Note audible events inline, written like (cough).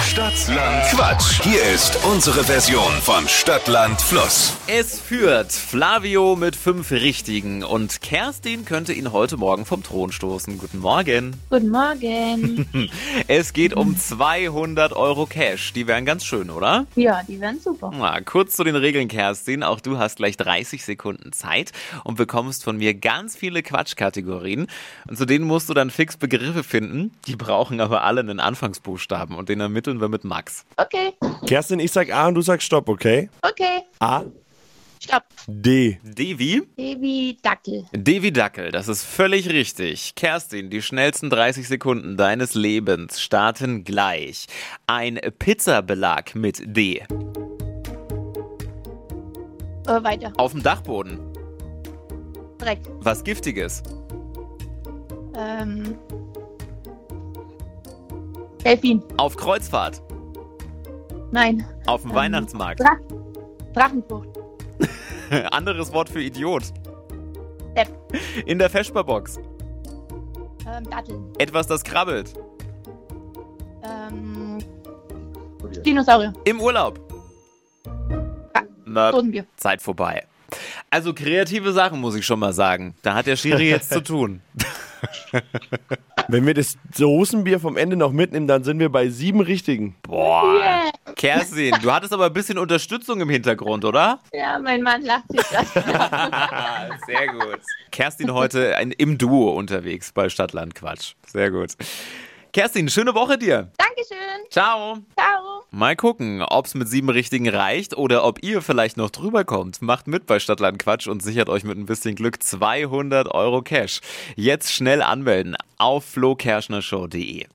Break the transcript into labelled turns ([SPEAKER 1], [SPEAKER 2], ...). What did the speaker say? [SPEAKER 1] Stadtland Quatsch. Hier ist unsere Version von Stadtland Fluss.
[SPEAKER 2] Es führt Flavio mit fünf Richtigen und Kerstin könnte ihn heute Morgen vom Thron stoßen. Guten Morgen.
[SPEAKER 3] Guten Morgen.
[SPEAKER 2] Es geht um 200 Euro Cash. Die wären ganz schön, oder?
[SPEAKER 3] Ja, die wären super.
[SPEAKER 2] Na, kurz zu den Regeln, Kerstin. Auch du hast gleich 30 Sekunden Zeit und bekommst von mir ganz viele Quatschkategorien. Und zu denen musst du dann fix Begriffe finden. Die brauchen aber alle einen Anfangsbuchstaben und den ermitteln wir mit Max.
[SPEAKER 3] Okay,
[SPEAKER 4] Kerstin, ich sag A und du sagst Stopp, okay?
[SPEAKER 3] okay.
[SPEAKER 4] A,
[SPEAKER 3] Stopp.
[SPEAKER 4] D.
[SPEAKER 2] D wie?
[SPEAKER 3] Baby Dackel.
[SPEAKER 2] D wie Dackel, das ist völlig richtig. Kerstin, die schnellsten 30 Sekunden deines Lebens starten gleich. Ein Pizzabelag mit D.
[SPEAKER 3] Äh, weiter.
[SPEAKER 2] Auf dem Dachboden.
[SPEAKER 3] Dreck.
[SPEAKER 2] Was Giftiges.
[SPEAKER 3] Ähm. Delfin.
[SPEAKER 2] Auf Kreuzfahrt.
[SPEAKER 3] Nein.
[SPEAKER 2] Auf dem Weihnachtsmarkt.
[SPEAKER 3] Drach Drachenfrucht.
[SPEAKER 2] (laughs) Anderes Wort für Idiot.
[SPEAKER 3] Depp.
[SPEAKER 2] In der Vesperbox.
[SPEAKER 3] Ähm, Datteln.
[SPEAKER 2] Etwas, das krabbelt.
[SPEAKER 3] Ähm. Dinosaurier.
[SPEAKER 2] Im Urlaub. Na,
[SPEAKER 3] Dosenbier.
[SPEAKER 2] Zeit vorbei. Also kreative Sachen, muss ich schon mal sagen. Da hat der Schiri jetzt zu tun.
[SPEAKER 4] Wenn wir das Dosenbier vom Ende noch mitnehmen, dann sind wir bei sieben Richtigen.
[SPEAKER 2] Boah.
[SPEAKER 3] Yeah.
[SPEAKER 2] Kerstin, du hattest aber ein bisschen Unterstützung im Hintergrund, oder?
[SPEAKER 3] Ja, mein Mann lacht sich das.
[SPEAKER 2] Sehr gut. Kerstin heute ein, im Duo unterwegs bei Stadtland Quatsch. Sehr gut. Kerstin, schöne Woche dir.
[SPEAKER 3] Dankeschön.
[SPEAKER 2] Ciao.
[SPEAKER 3] Ciao.
[SPEAKER 2] Mal gucken, ob es mit sieben Richtigen reicht oder ob ihr vielleicht noch drüber kommt. Macht mit bei Stadtland Quatsch und sichert euch mit ein bisschen Glück 200 Euro Cash. Jetzt schnell anmelden auf flokerschnershow.de.